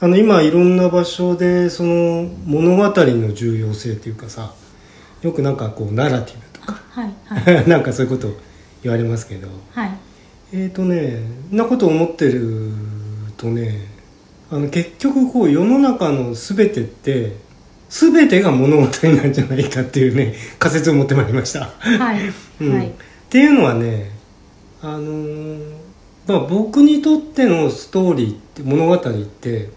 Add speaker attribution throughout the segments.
Speaker 1: あの今いろんな場所でその物語の重要性というかさよくなんかこうナラティブと
Speaker 2: あはいはい
Speaker 1: か なんかそういうこと言われますけど
Speaker 2: はい
Speaker 1: えーとねそんなこと思ってるとねあの結局こう世の中の全てって全てが物語なんじゃないかっていうね仮説を持ってまいりました。
Speaker 2: はい
Speaker 1: うん
Speaker 2: はい
Speaker 1: っていうのはね、あのーまあ、僕にとってのストーリーって物語って、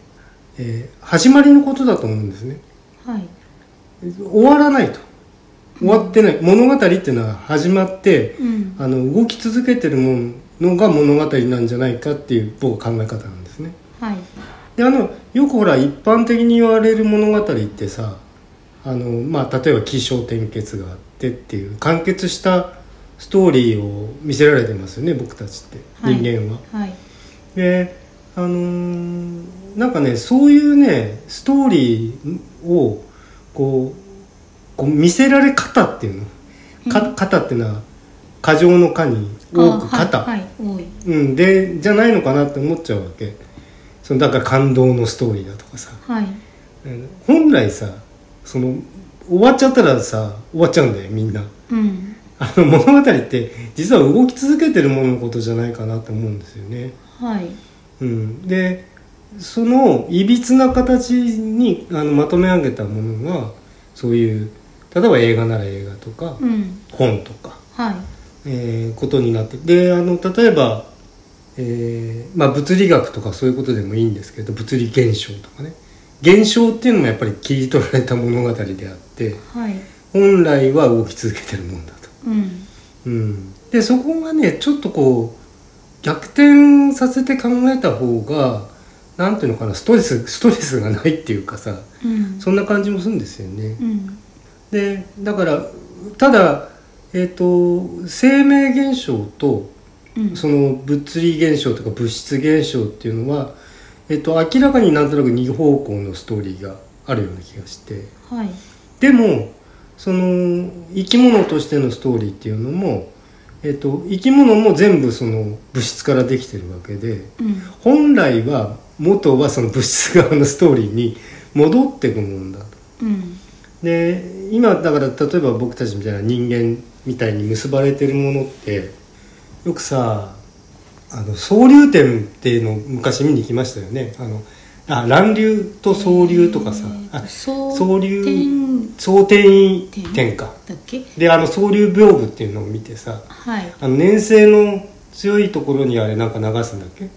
Speaker 1: えー始まりのことだと思うんですね
Speaker 2: はい
Speaker 1: 終わらないと終わってない、物語っていうのは始まって
Speaker 2: うん
Speaker 1: あの動き続けてるものが物語なんじゃないかっていう僕は考え方なんですね
Speaker 2: はい
Speaker 1: であのよくほら一般的に言われる物語ってさあの、まあ、例えば起承転結があってっていう完結したストーリーを見せられてますよね僕たちって、
Speaker 2: はい
Speaker 1: 人間は。
Speaker 2: はい
Speaker 1: であのーなんかねそういうねストーリーをこうこう見せられ方っていうのか方っていうのは過剰のかに多く
Speaker 2: あ
Speaker 1: 方。
Speaker 2: はいはい多い
Speaker 1: うん、でじゃないのかなって思っちゃうわけそのだから感動のストーリーだとかさ
Speaker 2: はい
Speaker 1: うん本来さその終わっちゃったらさ終わっちゃうんだよみんな
Speaker 2: うん
Speaker 1: あの物語って実は動き続けてるもののことじゃないかなと思うんですよね、
Speaker 2: はい
Speaker 1: うん、でそのいびつな形にあのまとめ上げたものがそういう例えば映画なら映画とか、
Speaker 2: うん
Speaker 1: 本とか
Speaker 2: はい
Speaker 1: えーことになってであの例えば、えーまあ、物理学とかそういうことでもいいんですけど物理現象とかね現象っていうのもやっぱり切り取られた物語であって
Speaker 2: はい
Speaker 1: 本来は動き続けてるもんだと。
Speaker 2: うん
Speaker 1: うん、でそこがねちょっとこう逆転させて考えた方がなんていうのかなストレスストレスがないっていうかさ
Speaker 2: うん
Speaker 1: そんな感じもするんですよね。
Speaker 2: うん
Speaker 1: でだからただ、えー、と生命現象と
Speaker 2: うん
Speaker 1: その物理現象とか物質現象っていうのは、えっと、明らかになんとなく二方向のストーリーがあるような気がして
Speaker 2: はい
Speaker 1: でもその生き物としてのストーリーっていうのも、えっと、生き物も全部その物質からできてるわけで
Speaker 2: うん
Speaker 1: 本来は元はその物質側のストーリーに戻っていくもんだと。
Speaker 2: うん
Speaker 1: で今だから例えば僕たちみたいな人間みたいに結ばれてるものってよくさあの総流点っていうのを昔見に来ましたよねあのあ乱流と総流とかさ、
Speaker 2: えーと
Speaker 1: あ
Speaker 2: 総
Speaker 1: 総流
Speaker 2: 天
Speaker 1: 総転移点か
Speaker 2: だっけ
Speaker 1: であの総流屏風っていうのを見てさ
Speaker 2: はい
Speaker 1: あの粘性の強いところにあれなんか流すんだっけ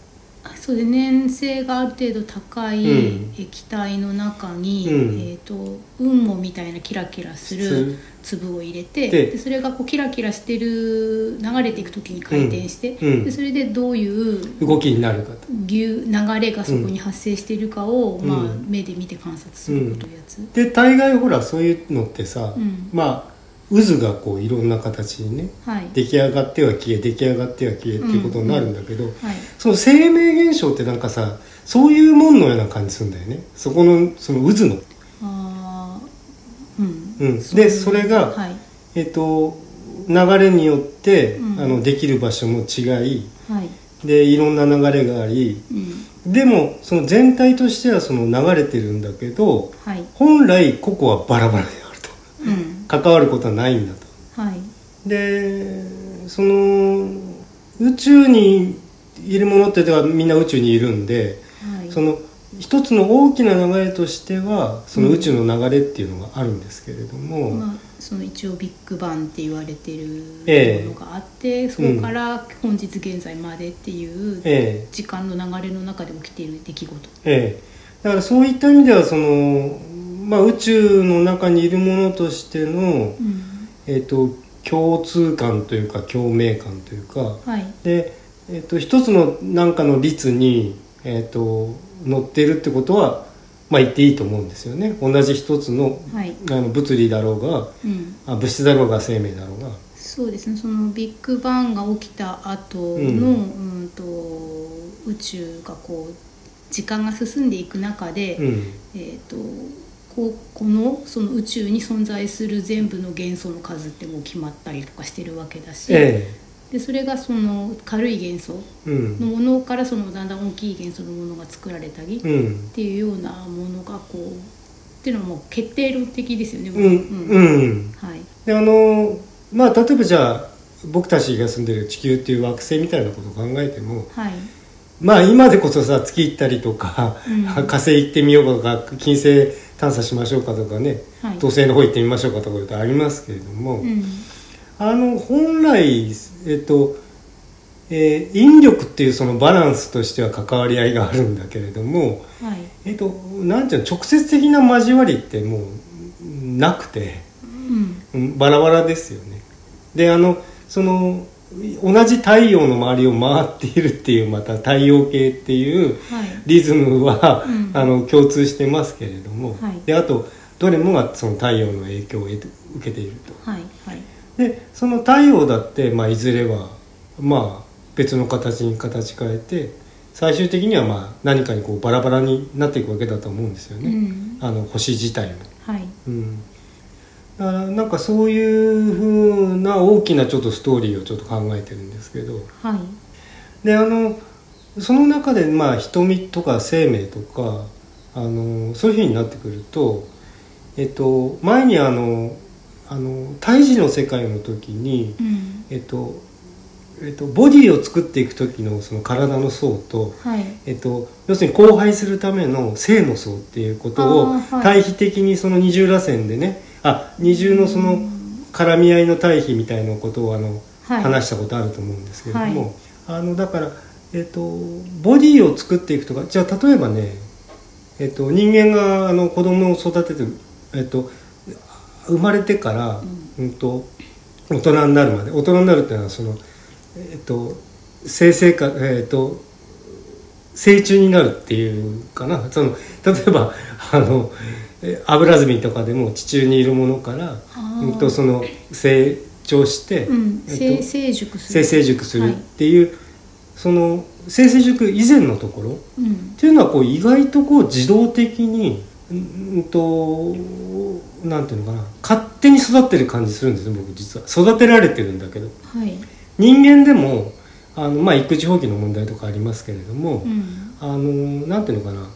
Speaker 2: あそうで粘性がある程度高い
Speaker 1: うん
Speaker 2: 液体の中に、
Speaker 1: うん
Speaker 2: えー、と雲母みたいなキラキラする粒を入れて
Speaker 1: で
Speaker 2: でそれがこうキラキラしてる流れていく時に回転して、
Speaker 1: うんうん
Speaker 2: でそれでどういう
Speaker 1: 動きになるかと。
Speaker 2: 牛流れがそこに発生しているかを、
Speaker 1: うん
Speaker 2: まあ
Speaker 1: う、ん
Speaker 2: 目で見て観察するこというやつ、
Speaker 1: で大概ほらそういうのってさ、
Speaker 2: うん
Speaker 1: まあ渦がこういろんな形にね
Speaker 2: はい
Speaker 1: 出来上がっては消え出来上がっては消えっていうことになるんだけど、
Speaker 2: はい
Speaker 1: その生命現象ってなんかさそういうもんのような感じするんだよねそこのその渦の、
Speaker 2: あーうん
Speaker 1: うん、
Speaker 2: うい
Speaker 1: で
Speaker 2: う
Speaker 1: それが、
Speaker 2: はい
Speaker 1: えっと流れによって、
Speaker 2: うん
Speaker 1: あのできる場所も違い
Speaker 2: はい
Speaker 1: でいろんな流れがあり
Speaker 2: うん
Speaker 1: でもその全体としてはその流れてるんだけど
Speaker 2: はい
Speaker 1: 本来個々はバラバラであると
Speaker 2: うん
Speaker 1: 関わることはないんだと
Speaker 2: はい
Speaker 1: でその宇宙にいるものってだからみんな宇宙にいるんで、
Speaker 2: はい
Speaker 1: その一つの大きな流れとしてはその宇宙の流れっていうのがあるんですけれども、
Speaker 2: まあ、その一応ビッグバンって言われて
Speaker 1: ええ
Speaker 2: るものがあって、そこから本日現在までっていう
Speaker 1: ええ
Speaker 2: 時間の流れの中で起きている出来事
Speaker 1: ええ、だからそういった意味ではその、まあ、宇宙の中にいるものとしての
Speaker 2: う、ん
Speaker 1: えっと共通感というか共鳴感というか
Speaker 2: はい
Speaker 1: で、えっと一つの何かの律に、えっと乗っているってことは、まあ、言っていいと思うんですよね。同じ一つの
Speaker 2: はい、
Speaker 1: あの物理だろうが
Speaker 2: うん、
Speaker 1: あ物質だろうが生命だろうが。
Speaker 2: そうですねそのビッグバンが起きた後の、
Speaker 1: う
Speaker 2: うんん、と宇宙がこう時間が進んでいく中で、
Speaker 1: うん
Speaker 2: えー、とこうこのその宇宙に存在する全部の元素の数ってもう決まったりとかしてるわけだし、
Speaker 1: え
Speaker 2: でそれがその軽い元素
Speaker 1: うん
Speaker 2: のものからそのだんだん大きい元素のものが作られたり
Speaker 1: う
Speaker 2: っ
Speaker 1: ん
Speaker 2: ていうようなものがこうっていうのはもう決定論的ですよね。
Speaker 1: うん
Speaker 2: うん
Speaker 1: うん
Speaker 2: はい
Speaker 1: であのまあ例えばじゃあ僕たちが住んでる地球っていう惑星みたいなことを考えても
Speaker 2: はい
Speaker 1: まあ今でこそさ月行ったりとか、
Speaker 2: うん
Speaker 1: 火星行ってみようかとか金星探査しましょうかとかね、
Speaker 2: はい
Speaker 1: 土星の方行ってみましょうかとかいうとありますけれども、
Speaker 2: うん
Speaker 1: あの本来えっと、えー引力っていうそのバランスとしては関わり合いがあるんだけれども、
Speaker 2: はい
Speaker 1: えっと、なんていうの直接的な交わりってもうなくて。
Speaker 2: うん
Speaker 1: うんバラバラですよねであのその同じ太陽の周りを回っているっていうまた太陽系っていう
Speaker 2: はい
Speaker 1: リズムは、
Speaker 2: うん
Speaker 1: あの共通してますけれども、
Speaker 2: はい
Speaker 1: であとどれもがその太陽の影響を得て受けていると
Speaker 2: はいはい
Speaker 1: でその太陽だって、まあ、いずれはまあ別の形に形変えて最終的にはまあ何かにこうバラバラになっていくわけだと思うんですよ
Speaker 2: う
Speaker 1: ね、
Speaker 2: ん
Speaker 1: あの星自体も。
Speaker 2: はい
Speaker 1: うん、だからなんかそういうふうな大きなちょっとストーリーをちょっと考えてるんですけど
Speaker 2: はい
Speaker 1: であのその中でまあ瞳とか生命とかあのそういうふうになってくると、えっと、前にあのあの胎児の世界の時に、
Speaker 2: うん
Speaker 1: えっとえっと、ボディを作っていく時のその体の層と
Speaker 2: はい
Speaker 1: えっと、要するに交配するための性の層っていうことを
Speaker 2: あーはい
Speaker 1: 対比的にその二重らせんでねあ二重のその絡み合いの対比みたいなことをあの
Speaker 2: はい
Speaker 1: 話したことあると思うんですけれども、
Speaker 2: はい
Speaker 1: あのだから、えっと、ボディを作っていくとかじゃあ例えばね、えっと、人間があの子供を育てて、えっと、生まれてから、うんと大人になるまで大人になるっていうのはその、えっと、生成か、えっと、成虫になるっていうかなその例えばあのえアブラズミとかでも地中にいるものから、
Speaker 2: あー
Speaker 1: うん、とその成長して、
Speaker 2: うん
Speaker 1: えっ
Speaker 2: 成
Speaker 1: と、
Speaker 2: 成熟す
Speaker 1: 生
Speaker 2: る
Speaker 1: 成熟するっていう、その生成熟以前のところっ
Speaker 2: うん
Speaker 1: ていうのはこう意外とこう自動的にうんうんとなんていうのかな勝手に育ってる感じするんですね僕実は育てられてるんだけど
Speaker 2: はい
Speaker 1: 人間でもあの、まあ、育児放棄の問題とかありますけれども、
Speaker 2: うん
Speaker 1: あのなんていうのかな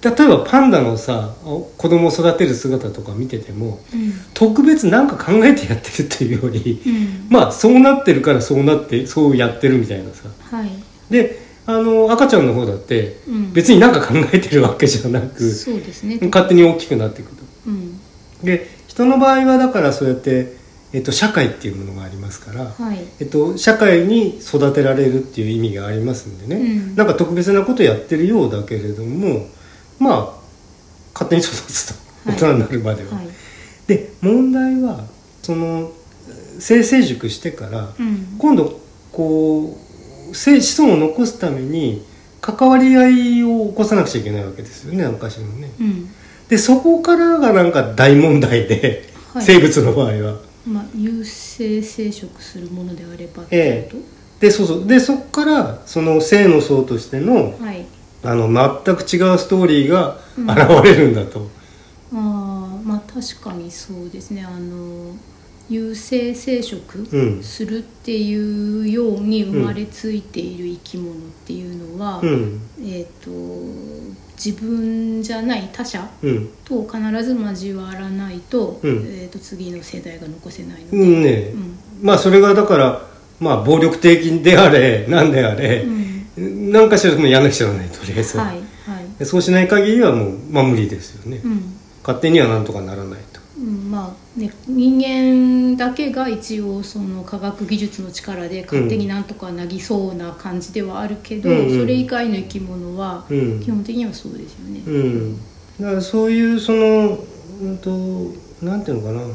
Speaker 1: 例えばパンダのさ子供を育てる姿とか見てても
Speaker 2: うん
Speaker 1: 特別なんか考えてやってるっていうより
Speaker 2: うん
Speaker 1: まあそうなってるからそうなってそうやってるみたいなさ
Speaker 2: はい
Speaker 1: であの赤ちゃんの方だって
Speaker 2: うん
Speaker 1: 別になんか考えてるわけじゃなく
Speaker 2: そうですね
Speaker 1: 勝手に大きくなっていくと。
Speaker 2: うん
Speaker 1: で人の場合はだからそうやって、えっと、社会っていうものがありますから、
Speaker 2: はい
Speaker 1: えっと、社会に育てられるっていう意味がありますんでね、
Speaker 2: うん
Speaker 1: なんか特別なことやってるようだけれどもまあ勝手に育つと
Speaker 2: は
Speaker 1: 大
Speaker 2: い
Speaker 1: 人になるまでは。
Speaker 2: はい
Speaker 1: で問題はその性成熟してから
Speaker 2: うん
Speaker 1: 今度こう性子孫を残すために関わり合いを起こさなくちゃいけないわけですよね何かしらのね。
Speaker 2: うん
Speaker 1: でそこからがなんか大問題で、
Speaker 2: はい
Speaker 1: 生物の場合は。
Speaker 2: まあ有性生殖するものであればって
Speaker 1: え
Speaker 2: こ
Speaker 1: でそうそうでそこからその性の層としての
Speaker 2: とはい
Speaker 1: あの全く違うストーリーが現れるんだと。
Speaker 2: あーまあ確かにそうですねあの有性生
Speaker 1: うん
Speaker 2: 殖するっていうように生まれついている生き物っていうのは、
Speaker 1: うん
Speaker 2: えー、と自分じゃない他者
Speaker 1: うん
Speaker 2: と必ず交わらないと,、
Speaker 1: うん
Speaker 2: えー、と次の世代が残せないの
Speaker 1: う
Speaker 2: で、
Speaker 1: んね、
Speaker 2: うん
Speaker 1: まあそれがだから、まあ、暴力的であれ何であれ
Speaker 2: う、ん
Speaker 1: なんかしらもうやんなくちゃならないとりあえずは、
Speaker 2: はいはい、
Speaker 1: でそうしない限りはもう、まあ、無理ですよね、
Speaker 2: うん
Speaker 1: 勝手にはなんとかならないと。
Speaker 2: うんまあね、人間だけが一応その科学技術の力で勝手になんとかなぎそうな感じではあるけど、
Speaker 1: うんうん
Speaker 2: それ以外の生き物は
Speaker 1: うん
Speaker 2: 基本的にはそうですよね。
Speaker 1: うん、だからそういうその、うん、となんていうのかな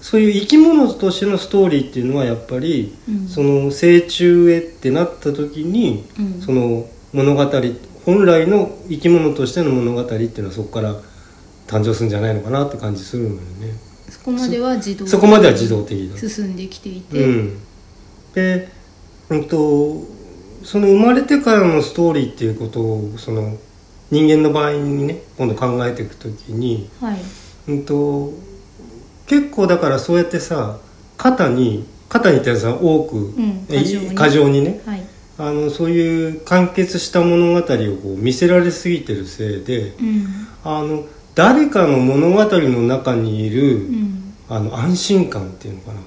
Speaker 1: そういう生き物としてのストーリーっていうのはやっぱり、
Speaker 2: うん
Speaker 1: その成虫へってなった時に、
Speaker 2: うん
Speaker 1: その物語本来の生き物としての物語っていうのはそこから誕生するんじゃないのかなって感じするのよね。
Speaker 2: そこまでは自動
Speaker 1: そこまでは自動的だ
Speaker 2: 進んできていて、
Speaker 1: うん、で、うん、とその生まれてからのストーリーっていうことをその人間の場合にね今度考えていくときに、
Speaker 2: はい
Speaker 1: うん、と結構だからそうやってさ肩に肩に手さん多く、
Speaker 2: ん
Speaker 1: え
Speaker 2: 過剰に
Speaker 1: 過剰にね
Speaker 2: はい
Speaker 1: あのそういう完結した物語をこう見せられすぎてるせいで
Speaker 2: うん
Speaker 1: あの誰かの物語の中にいる、
Speaker 2: うん
Speaker 1: あの安心感っていうのかな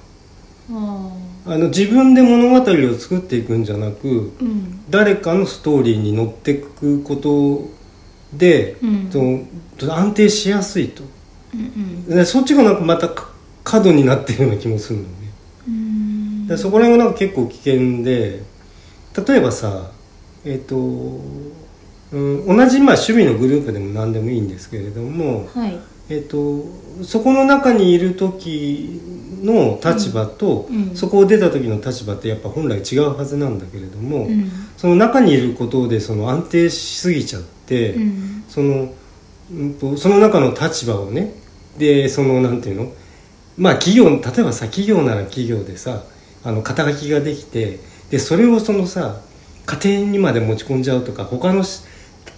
Speaker 2: あ
Speaker 1: あの自分で物語を作っていくんじゃなく
Speaker 2: あうん
Speaker 1: 誰かのストーリーに乗っていくことで、
Speaker 2: うん
Speaker 1: その安定しやすいと
Speaker 2: うんうん
Speaker 1: でそっちがなんかまたか過度になってるような気もするのね
Speaker 2: うん
Speaker 1: でそこら辺がなんか結構危険で例えばさえっ、と、うん、同じまあ趣味のグループでも何でもいいんですけれども、
Speaker 2: はい
Speaker 1: えっとそこの中にいる時の立場と、
Speaker 2: うんうん
Speaker 1: そこを出た時の立場ってやっぱ本来違うはずなんだけれども、
Speaker 2: うん
Speaker 1: その中にいることでその安定しすぎちゃって、
Speaker 2: うん
Speaker 1: そのうんとその中の立場をねでそのなんていうのまあ企業例えばさ企業なら企業でさあの肩書きができてでそれをそのさ家庭にまで持ち込んじゃうとか他のし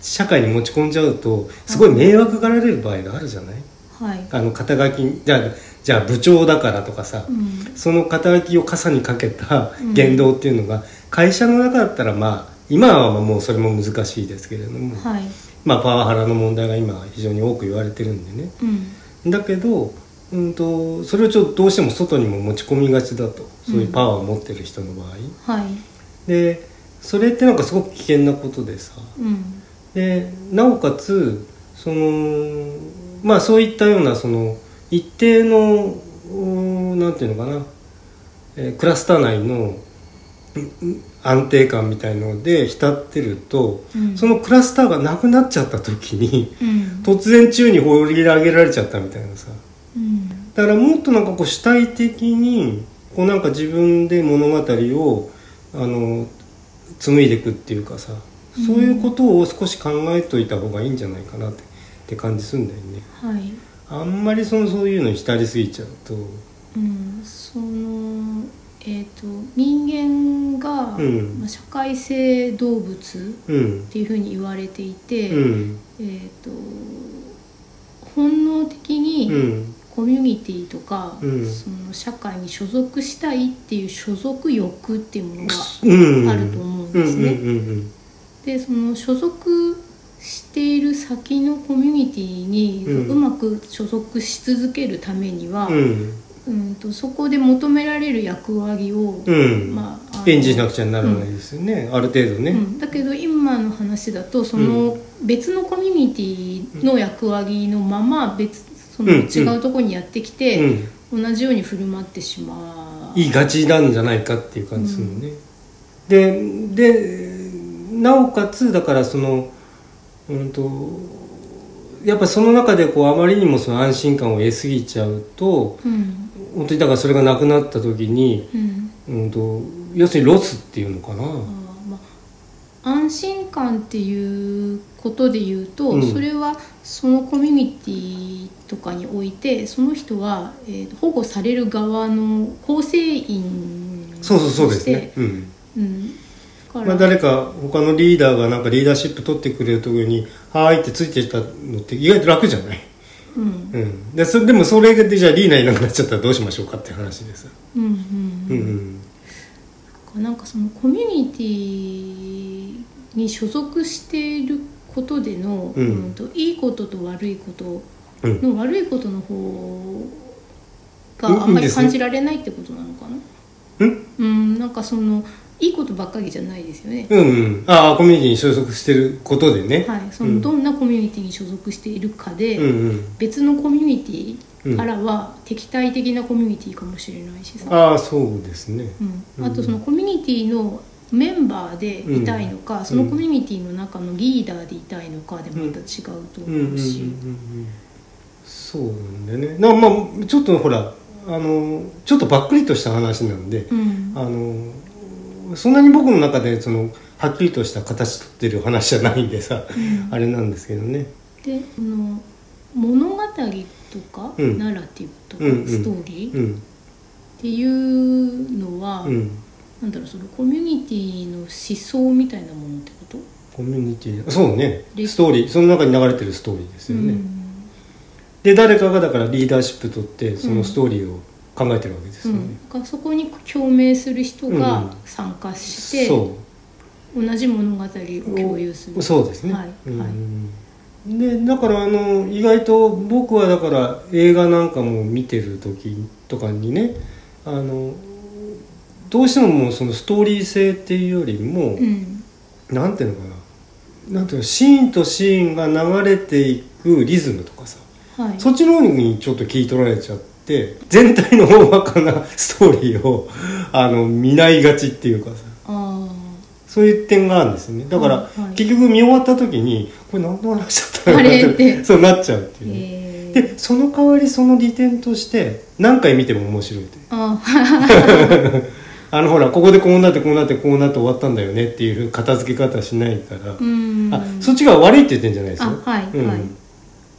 Speaker 1: 社会に持ち込んじゃうとすごい迷惑がられる場合があるじゃない、
Speaker 2: はい
Speaker 1: あの肩書きじゃあじゃあ部長だからとかさ、
Speaker 2: うん
Speaker 1: その肩書きを傘にかけた
Speaker 2: うん
Speaker 1: 言動っていうのが、会社の中だったらまあ今はもうそれも難しいですけれども、
Speaker 2: はい
Speaker 1: まあ、パワハラの問題が今非常に多く言われてるんでね
Speaker 2: うん
Speaker 1: だけど、うん、とそれをちょっとどうしても外にも持ち込みがちだとそういうパワーを持ってる人の場合、
Speaker 2: はい
Speaker 1: でそれってなんかすごく危険なことでさ
Speaker 2: うん
Speaker 1: でなおかつそのまあそういったようなその一定のうーなんていうのかな、えークラスター内のうんうん安定感みたいので浸ってると、
Speaker 2: うん
Speaker 1: そのクラスターがなくなっちゃった時に
Speaker 2: うん
Speaker 1: 突然宙に放り上げられちゃったみたいなさ
Speaker 2: うん
Speaker 1: だからもっとなんかこう主体的にこうなんか自分で物語をあの紡いでいくっていうかさそういうことを少し考えといた方がいいんじゃないかなってって感じするんだよね。
Speaker 2: はい
Speaker 1: あんまりそのそういうのに浸りすぎちゃうと、
Speaker 2: うんそのえっ、と人間が、
Speaker 1: うん
Speaker 2: まあ、社会性動物
Speaker 1: うん
Speaker 2: っ、ていうふうに言われていて、
Speaker 1: うん、
Speaker 2: えっ、と本能的
Speaker 1: う
Speaker 2: に
Speaker 1: ん、
Speaker 2: コミュニティとか、
Speaker 1: うん
Speaker 2: その社会に所属したいっていう所属欲っていうものが
Speaker 1: うん、
Speaker 2: あると思うんですね
Speaker 1: うん、うん、うん
Speaker 2: でその所属している先のコミュニティに
Speaker 1: うん
Speaker 2: うまく所属し続けるためには、
Speaker 1: うん、うん
Speaker 2: うんとそこで求められる役割を、
Speaker 1: うん、
Speaker 2: まああの
Speaker 1: 演じなくちゃならないですよね、ある程度ね。
Speaker 2: うん、だけど今の話だとその別のコミュニティの役割のまま別その
Speaker 1: うんうん
Speaker 2: 違うところにやってきて
Speaker 1: うん
Speaker 2: 同じように振る舞ってしまう。
Speaker 1: 言いがちなんじゃないかっていう感じするのね。ででなおかつだからそのうんとやっぱその中でこうあまりにもその安心感を得すぎちゃうと
Speaker 2: うん
Speaker 1: 本当にだからそれがなくなった時に、
Speaker 2: うん
Speaker 1: うん、と要するにロスっていうのかな。
Speaker 2: あーまあ安心感っていうことで言うと、
Speaker 1: うん
Speaker 2: それはそのコミュニティとかにおいてその人は、えー保護される側の構成員として
Speaker 1: そうそうそうですね。うん
Speaker 2: うん、だから、
Speaker 1: まあ、誰か他のリーダーがなんかリーダーシップ取ってくれるところに「はーい」ってついてたのって意外と楽じゃない、
Speaker 2: うん
Speaker 1: うん、でそれでもそれでじゃあリーダーいなくなっちゃったらどうしましょうかっていう話でさ。
Speaker 2: うんうん
Speaker 1: う
Speaker 2: うん
Speaker 1: ん
Speaker 2: なんかそのコミュニティに所属していることでの、
Speaker 1: うん
Speaker 2: といいことと悪いこと
Speaker 1: うんうん、
Speaker 2: の悪いことの方
Speaker 1: うん
Speaker 2: があ
Speaker 1: い
Speaker 2: んま
Speaker 1: いん
Speaker 2: り
Speaker 1: ですね
Speaker 2: 感じられないってことなのかな
Speaker 1: うん
Speaker 2: うんなんかそのいいことばっかりじゃないですよね、
Speaker 1: うんうんああコミュニティに所属してることでね、
Speaker 2: はい、そうの
Speaker 1: ん
Speaker 2: どんなコミュニティに所属しているかで、
Speaker 1: うんうん
Speaker 2: 別のコミュニティからは敵対的なコミュニティかもしれないしさ、
Speaker 1: ああそうですね
Speaker 2: うん、あとそのコミュニティのメンバーでいたいのか、
Speaker 1: ん
Speaker 2: そのコミュニティの中のリーダーでいたいのかでまた違うと
Speaker 1: うんうんうん
Speaker 2: 思
Speaker 1: うん
Speaker 2: うし、
Speaker 1: うんそうなんだよねなまあちょっとほらあのちょっとばっくりとした話なんで、
Speaker 2: うん
Speaker 1: あのそんなに僕の中でそのはっきりとした形取ってる話じゃないんでさ、
Speaker 2: うん
Speaker 1: あれなんですけどね
Speaker 2: でその物語とか、
Speaker 1: うん
Speaker 2: ナラティブとか、
Speaker 1: うんうん
Speaker 2: ストーリ
Speaker 1: う
Speaker 2: ーっ
Speaker 1: ん
Speaker 2: ていうのは、
Speaker 1: うん
Speaker 2: なんだろうそのコミュニティの思想みたいなものってこと
Speaker 1: コミュニティそうね
Speaker 2: で
Speaker 1: ストーリーその中に流れてるストーリーですよね、
Speaker 2: うん
Speaker 1: で誰かがだからリーダーシップ取ってそのストーリーを考えてるわけです
Speaker 2: う
Speaker 1: よね、
Speaker 2: ん、だからそこに共鳴する人
Speaker 1: うん
Speaker 2: が参加して、
Speaker 1: そ
Speaker 2: 同じ物語を共有する
Speaker 1: うそうですね、
Speaker 2: はいはい
Speaker 1: うんでだからあの意外と僕はだから映画なんかも見てる時とかにねあのどうしてももうそのストーリー性っていうよりも、
Speaker 2: うん
Speaker 1: なんていうのかななんていうのシーンとシーンが流れていくリズムとかさ
Speaker 2: はい、
Speaker 1: そっちの方にちょっと聞い取られちゃって全体の大まかなストーリーをあの見ないがちっていうかさ
Speaker 2: あ
Speaker 1: そういう点があるんですよねだから、
Speaker 2: はいはい
Speaker 1: 結局見終わった時にこれ何の話だったの
Speaker 2: あれ
Speaker 1: な
Speaker 2: って
Speaker 1: そうなっちゃうって
Speaker 2: ー
Speaker 1: いうね、
Speaker 2: えー、
Speaker 1: でその代わりその利点として何回見ても面白いという
Speaker 2: あー
Speaker 1: あのほらここでこうなってこうなってこうなって終わったんだよねっていう片付け方しないから、
Speaker 2: うん
Speaker 1: あそっちが悪いって言ってんじゃないですよ。
Speaker 2: あはい
Speaker 1: うん
Speaker 2: はい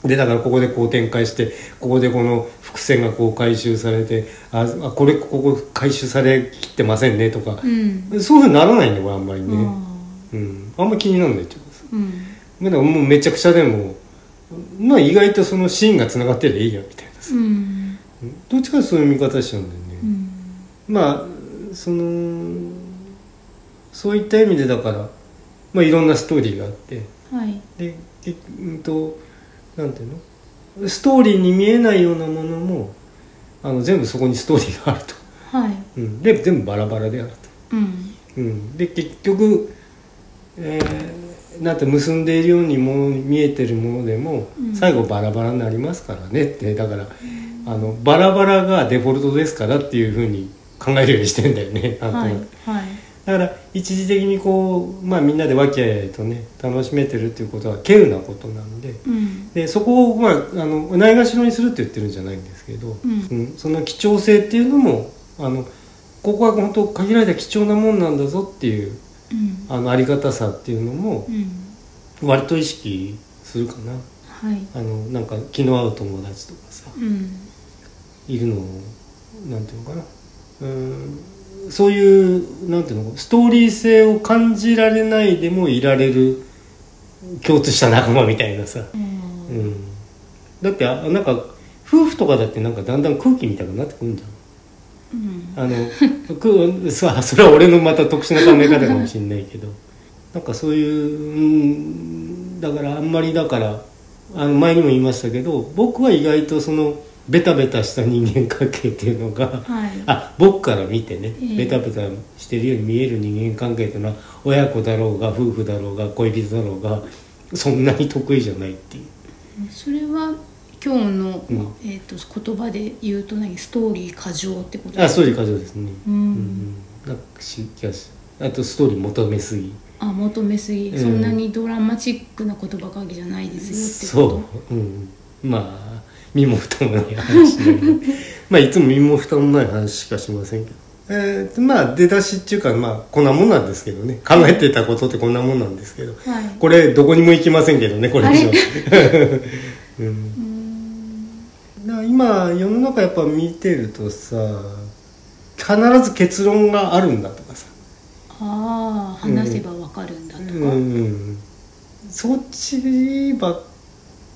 Speaker 1: でだからここでこう展開してここでこの伏線がこう回収されてああこれここ回収されきってませんねとか
Speaker 2: う、ん
Speaker 1: そういうふうにならないんだよあんまりね、
Speaker 2: あ
Speaker 1: うん、あんまり気にならないってことです
Speaker 2: ーうん
Speaker 1: まあでももうめちゃくちゃでもまあ意外とそのシーンがつながってりゃいいやみたいなさ
Speaker 2: うん
Speaker 1: どっちかというとそういう見方しちゃうんだよね、
Speaker 2: うん
Speaker 1: まあそのそういった意味でだから、まあ、いろんなストーリーがあって
Speaker 2: はい
Speaker 1: で、えうんと、なんていうのストーリーに見えないようなものもあの全部そこにストーリーがあると、
Speaker 2: はい
Speaker 1: うん、で全部バラバラである
Speaker 2: うん
Speaker 1: と、うん、で結局、えーなんて結んでいるようにも見えてるものでも、
Speaker 2: うん
Speaker 1: 最後バラバラになりますからねってだから、あのバラバラがデフォルトですからっていうふうに考えるようにしてんだよねなんとな
Speaker 2: はい
Speaker 1: く
Speaker 2: はい
Speaker 1: だから一時的にこう、まあ、みんなで和気あいあいとね楽しめてるっていうことは稀有なことなんで
Speaker 2: うん
Speaker 1: でそこを、まあ、あのないがしろにするって言ってるんじゃないんですけど、
Speaker 2: うん
Speaker 1: うんその貴重性っていうのもあのここは本当限られた貴重なもんなんだぞっていう
Speaker 2: うん
Speaker 1: あのありがたさっていうのも
Speaker 2: うん
Speaker 1: 割と意識するかな
Speaker 2: はい
Speaker 1: あのなんか気の合う友達とかさ
Speaker 2: うん
Speaker 1: いるのをなんていうのかなうんそういうなんていうのストーリー性を感じられないでもいられる共通した仲間みたいなさ、
Speaker 2: あー
Speaker 1: うん、だってあなんか夫婦とかだってなんかだんだん空気みたいになってくるんじゃん
Speaker 2: うん
Speaker 1: あの くそそれは俺のまた特殊な考え方かもしんないけどなんかそういう、うん、だからあんまりだからあの前にも言いましたけど僕は意外とそのベタベタした人間関係っていうのが
Speaker 2: はい
Speaker 1: あ僕から見てね、
Speaker 2: ええ
Speaker 1: ベタベタしてるように見える人間関係っていうのは親子だろうが夫婦だろうが恋人だろうがそんなに得意じゃないっていう。
Speaker 2: それは今日の、
Speaker 1: うん
Speaker 2: えー、と言葉で言うと何ストーリー過剰ってこと
Speaker 1: あ、スト
Speaker 2: う
Speaker 1: ーリー過剰ですね。
Speaker 2: うん
Speaker 1: うん。なんかし、気がし、あとストーリー求めすぎ。
Speaker 2: あ求めすぎ、
Speaker 1: うん
Speaker 2: そんなにドラマチックな言葉限りじゃないですよってこと
Speaker 1: そう。うん。まあ、身も蓋もない話ね。 まあ、いつも身も蓋もない話しかしませんけど。えーと、まあ、出だしっていうか、まあ、こんなもんなんですけどね。考えてたことってこんなもんなんですけど。
Speaker 2: はい
Speaker 1: これ、どこにも行きませんけどね、これ以上。 うん
Speaker 2: うーん
Speaker 1: だから今世の中やっぱ見てるとさ必ず結論があるんだとかさ
Speaker 2: ああ話せばわかるんだとか、
Speaker 1: うん、そっちばっ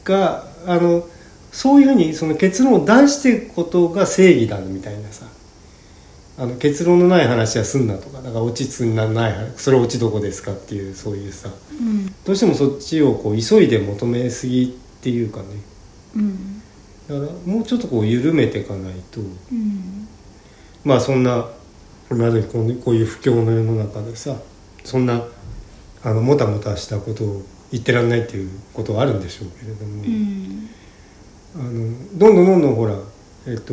Speaker 1: かあのそういうふうにその結論を出していくことが正義だみたいなさあの結論のない話はすんなとかだから落ちつなない話それ落ちどこですかっていうそういうさ
Speaker 2: うん
Speaker 1: どうしてもそっちをこう急いで求めすぎっていうかね
Speaker 2: うん
Speaker 1: だからもうちょっとこう緩めていかないと
Speaker 2: うん
Speaker 1: まあそんな今時こうこういう不況の世の中でさそんなあのもたもたしたことを言ってらんないっていうことはあるんでしょうけれども、
Speaker 2: うん
Speaker 1: あのどんどんどんどんほら、えっと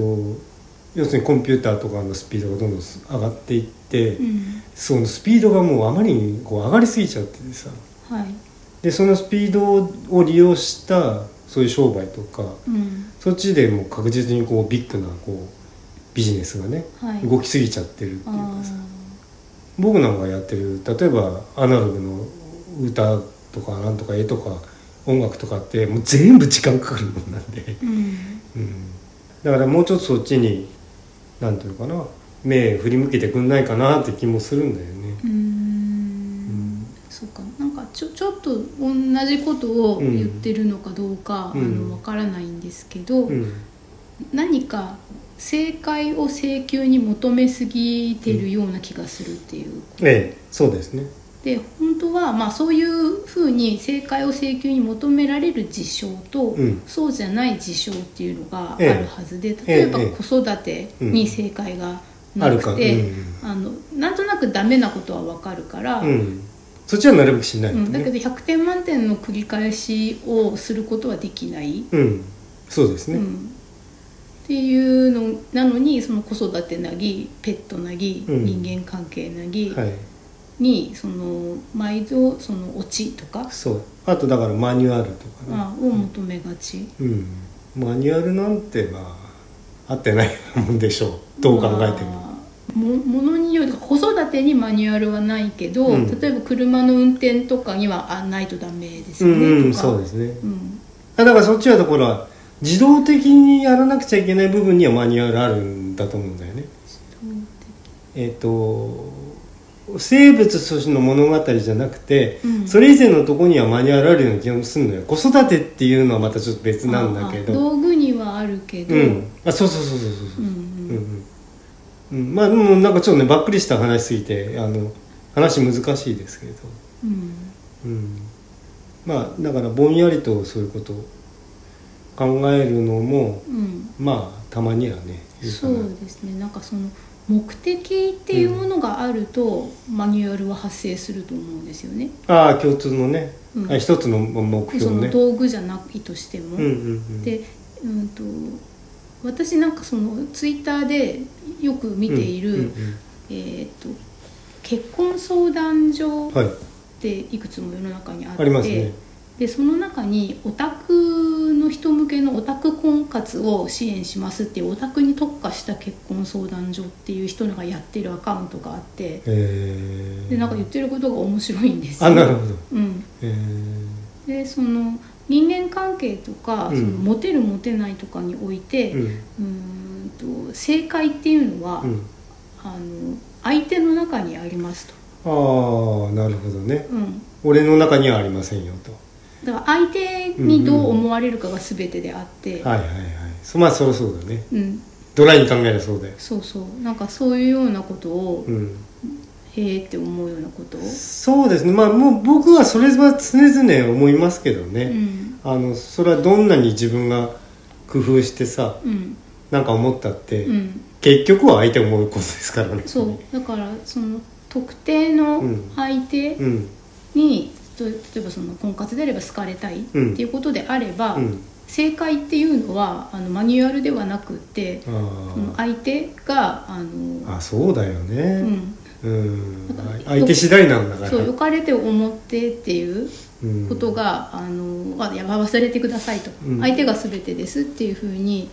Speaker 1: 要するにコンピューターとかのスピードがどんどん上がっていって、
Speaker 2: うん
Speaker 1: そのスピードがもうあまりにこう上がりすぎちゃっててさ
Speaker 2: はい
Speaker 1: でそのスピードを利用したそういう商売とか
Speaker 2: うん
Speaker 1: そっちでもう確実にこうビッグなこうビジネスがね、
Speaker 2: はい
Speaker 1: 動きすぎちゃってるっていう
Speaker 2: あ
Speaker 1: かさ僕なんかやってる例えばアナログの歌とかなんとか絵とか音楽とかってもう全部時間かかるもんなんで、
Speaker 2: ーうん
Speaker 1: うん、だからもうちょっとそっちに何ていうのかな目振り向けてくんないかなって気もするんだよね。
Speaker 2: うー
Speaker 1: うん
Speaker 2: んそうかなんかちょちょっと同じことを言ってるのかどうか、
Speaker 1: うん
Speaker 2: あのわからないんですけど、
Speaker 1: うん
Speaker 2: 何か正解を請求に求めすぎてるような気がするっていう
Speaker 1: ええそうですね
Speaker 2: で本当はまあそういうふうに正解を請求に求められる事象と、
Speaker 1: うん
Speaker 2: そうじゃない事象っていうのがあ
Speaker 1: ええ
Speaker 2: るはずで例えば
Speaker 1: ええ
Speaker 2: 子育てに正解がなくて、
Speaker 1: うんあるか
Speaker 2: あのなんとなくダメなことはわかるから、
Speaker 1: うんそっちはなるべくしないと
Speaker 2: う
Speaker 1: ね、
Speaker 2: んだけど100点満点の繰り返しをすることはできない、
Speaker 1: うんそうです
Speaker 2: う
Speaker 1: ね、
Speaker 2: んっていうのなのにその子育てなぎペットなぎ、
Speaker 1: うん
Speaker 2: 人間関係なぎ
Speaker 1: はい
Speaker 2: に、その毎度その落ちとか、
Speaker 1: そうあとだからマニュアルとかね、
Speaker 2: まあ、を求めがち。
Speaker 1: うん、マニュアルなんてまあ合ってないもんでしょうどう考えても、
Speaker 2: まあもものによる子育てにマニュアルはないけど、
Speaker 1: うん
Speaker 2: 例えば車の運転とかにはあないとダメです
Speaker 1: う
Speaker 2: よ
Speaker 1: ん
Speaker 2: ね、
Speaker 1: うん
Speaker 2: とか
Speaker 1: そうですね
Speaker 2: うん
Speaker 1: あだからそっちはだから自動的にやらなくちゃいけない部分にはマニュアルあるんだと思うんだよねえっ、と生物としての物語じゃなくて、
Speaker 2: うん
Speaker 1: それ以前のとこにはマニュアルあるような気がするのよ子育てっていうのはまたちょっと別なんだけ
Speaker 2: あ
Speaker 1: ど
Speaker 2: 道具にはあるけど、
Speaker 1: うんあそうそうそうそうそう
Speaker 2: う
Speaker 1: そ
Speaker 2: ん
Speaker 1: うう
Speaker 2: う
Speaker 1: んんうんうんまあでもなんかちょっとねばっくりした話すぎてあの話難しいですけど、
Speaker 2: うん
Speaker 1: うん、まあだからぼんやりとそういうことを考えるのも
Speaker 2: うん
Speaker 1: まあたまにはねいいか
Speaker 2: そ
Speaker 1: な
Speaker 2: うですねなんかその目的っていうものがあると、マニュアルは発生すると思うんですよね。
Speaker 1: ああ共通のね、
Speaker 2: うん
Speaker 1: あ一つの目
Speaker 2: そ
Speaker 1: 標
Speaker 2: の
Speaker 1: ね
Speaker 2: 道具じゃないとして
Speaker 1: うん
Speaker 2: も、
Speaker 1: うんうん
Speaker 2: で、うん、と私なんかそのツイッターでよく見ている、
Speaker 1: うんうん
Speaker 2: えっと結婚相談所っ
Speaker 1: うんはい
Speaker 2: ていくつも世の中にあって
Speaker 1: ありますね
Speaker 2: でその中にオタクの人向けのオタク婚活を支援しますっていうオタクに特化した結婚相談所っていう人がやってるアカウントがあって
Speaker 1: えー、
Speaker 2: でなんか言ってることが面白いんです
Speaker 1: あなるほど
Speaker 2: うん、
Speaker 1: え
Speaker 2: でその人間関係とか、
Speaker 1: うん
Speaker 2: そのモテるモテないとかにおいて、
Speaker 1: ー、うん
Speaker 2: うーんと正解っていうのは、
Speaker 1: うん
Speaker 2: あの相手の中にあります
Speaker 1: あ
Speaker 2: と、
Speaker 1: あなるほどね
Speaker 2: うん、
Speaker 1: 俺の中にはありませんよと
Speaker 2: だから相手にどう思われるかが全てであって、
Speaker 1: はいはいはいそまあそりゃそうだね
Speaker 2: うん、
Speaker 1: ドライに考えりゃそうだよ
Speaker 2: そうそうなんかそういうようなことを、
Speaker 1: うん
Speaker 2: へえって思うようなことを、
Speaker 1: そうですねまあもう僕はそれは常々思いますけど
Speaker 2: う
Speaker 1: ね、
Speaker 2: ん
Speaker 1: あのそれはどんなに自分が工夫してさ
Speaker 2: うん
Speaker 1: なんか思ったって、
Speaker 2: うん、
Speaker 1: 結局は相手を思うことですからね
Speaker 2: そうだからその特定の
Speaker 1: うん
Speaker 2: 相手、
Speaker 1: うん
Speaker 2: にと例えばその婚活であれば好かれたいって
Speaker 1: うん
Speaker 2: いうことであれば、
Speaker 1: うん
Speaker 2: 正解っていうのはあのマニュアルではなくって、
Speaker 1: あ
Speaker 2: その
Speaker 1: ー
Speaker 2: 相手があの
Speaker 1: あそうだよ
Speaker 2: う
Speaker 1: ね
Speaker 2: ん、
Speaker 1: うん、
Speaker 2: だから
Speaker 1: あ相手次第なんだから
Speaker 2: そう良かれて思ってっていう
Speaker 1: うん
Speaker 2: ことが、あのあやばい忘れてくださいと、
Speaker 1: うん
Speaker 2: 相手が全てですっていうふうに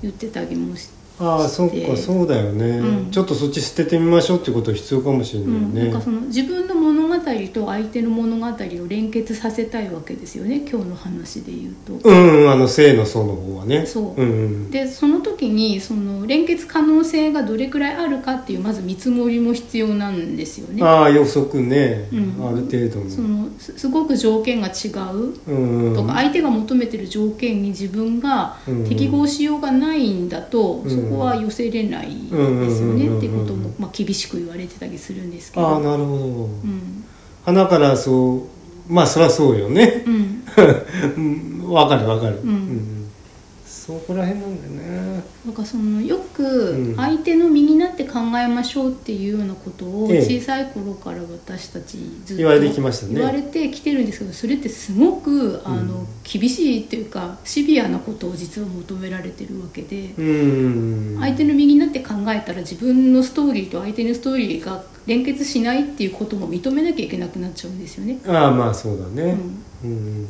Speaker 2: 言ってたりもし、
Speaker 1: ああそっ
Speaker 2: して
Speaker 1: かそうだよね、
Speaker 2: うん
Speaker 1: ちょっとそっち捨ててみましょうってこと必要かもしれ
Speaker 2: う
Speaker 1: ない
Speaker 2: ん
Speaker 1: ね、
Speaker 2: なんかその自分の物語と相手の物語を連結させたいわけですよね今日の話で言うと。
Speaker 1: うん、うん、あの性の層の方はね
Speaker 2: そう
Speaker 1: うん
Speaker 2: でその時にその連結可能性がどれくらいあるかっていうまず見積もりも必要なんですよ
Speaker 1: うん、
Speaker 2: ね。
Speaker 1: ああ予測ね、
Speaker 2: うん
Speaker 1: ある程度
Speaker 2: そ
Speaker 1: の
Speaker 2: のすすごく条件が違う
Speaker 1: うん
Speaker 2: とか相手が求めてる条件に自分が
Speaker 1: うん
Speaker 2: 適合しようがないんだと、
Speaker 1: うん
Speaker 2: そこは寄せれないですよ
Speaker 1: うんうんうんうんう
Speaker 2: ね
Speaker 1: ん
Speaker 2: ってことも、まあ、厳しく言われてたりするんですけ
Speaker 1: ああ
Speaker 2: ど。
Speaker 1: なるほど、
Speaker 2: うん
Speaker 1: 花からそうまあそりゃそうよね
Speaker 2: うん、
Speaker 1: うんわかるわかる、
Speaker 2: うん
Speaker 1: そこら辺なんだよね
Speaker 2: なんかそのよ
Speaker 1: う
Speaker 2: く
Speaker 1: ん
Speaker 2: 相手の身になって考えましょうっていうようなことを
Speaker 1: ええ
Speaker 2: 小さい頃から私たちずっと
Speaker 1: 言われてきましたね
Speaker 2: 言われてきてるんですけどそれってすごくあの厳しいっていうかシビアなことを実は求められてるわけで
Speaker 1: うん
Speaker 2: 相手の身になって考えたら自分のストーリーと相手のストーリーが連結しないっていうことも認めなきゃいけなくなっちゃうんですよね。
Speaker 1: ああまあそうだね
Speaker 2: うん
Speaker 1: うんうん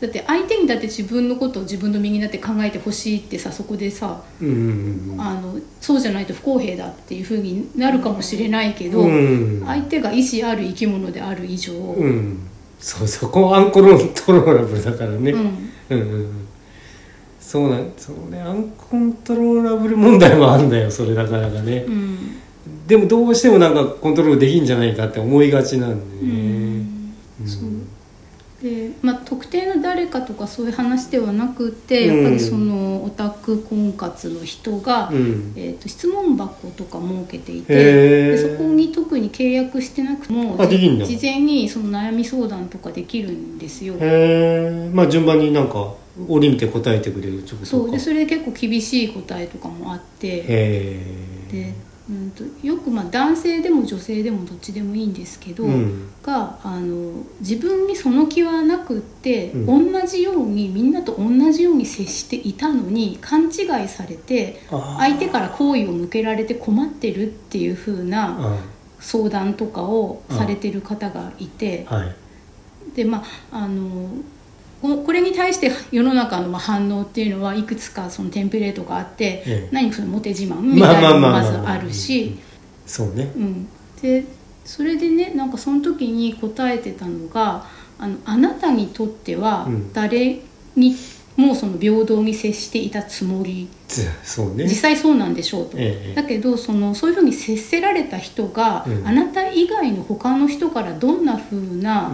Speaker 2: だって相手にだって自分のことを自分の身になって考えてほしいってさそこでさ
Speaker 1: うんうんうん
Speaker 2: あのそうじゃないと不公平だっていうふうになるかもしれないけど、
Speaker 1: うん
Speaker 2: 相手が意思ある生き物である以上、うん
Speaker 1: うんそうそこアンコロントローラブルだからね、うんうんうんそうなんそうねアンコントローラブル問題もあるんだよそれなかなかね
Speaker 2: う、ん
Speaker 1: でもどうしてもなんかコントロールできんじゃないかって思いがちなん
Speaker 2: う
Speaker 1: でね、
Speaker 2: んそうで、まあ、特定の誰かとかそういう話ではなくてやっぱりそのオタク婚活の人が、
Speaker 1: うん
Speaker 2: えー、と質問箱とか設けていて
Speaker 1: へ
Speaker 2: で
Speaker 1: ー
Speaker 2: そこに特に契約してなくても
Speaker 1: あできんだ
Speaker 2: 事前にその悩み相談とかできるんですよ。
Speaker 1: へえまあ順番になんか折り見て答えてくれるってことか
Speaker 2: そうで
Speaker 1: へ
Speaker 2: それで結構厳しい答えとかもあってで
Speaker 1: え、
Speaker 2: うん、とよくまあ男性でも女性でもどっちでもいいんですけど、
Speaker 1: うん
Speaker 2: があの自分にその気はなくって、
Speaker 1: う
Speaker 2: 同じようにみんなと同じように接していたのに勘違いされて
Speaker 1: あー
Speaker 2: 相手から好意を向けられて困ってるっていう風な相談とかをされてる方がいて、
Speaker 1: うんはい
Speaker 2: でまああのここれに対して世の中のまあ反応っていうのはいくつかそのテンプレートがあって、
Speaker 1: ええ
Speaker 2: 何それモテ自慢みたいなのがまず
Speaker 1: まあまあまあまあ
Speaker 2: あるし、
Speaker 1: そうね
Speaker 2: うん、でそれでねなんかその時に答えてたのがあのあなたにとっては
Speaker 1: うん
Speaker 2: 誰にもその平等に接していたつもり、
Speaker 1: つそうね
Speaker 2: 実際そうなんでしょうと、
Speaker 1: ええ
Speaker 2: だけどそのそういうふうに接せられた人が、
Speaker 1: うん
Speaker 2: あなた以外の他の人からどんなふうな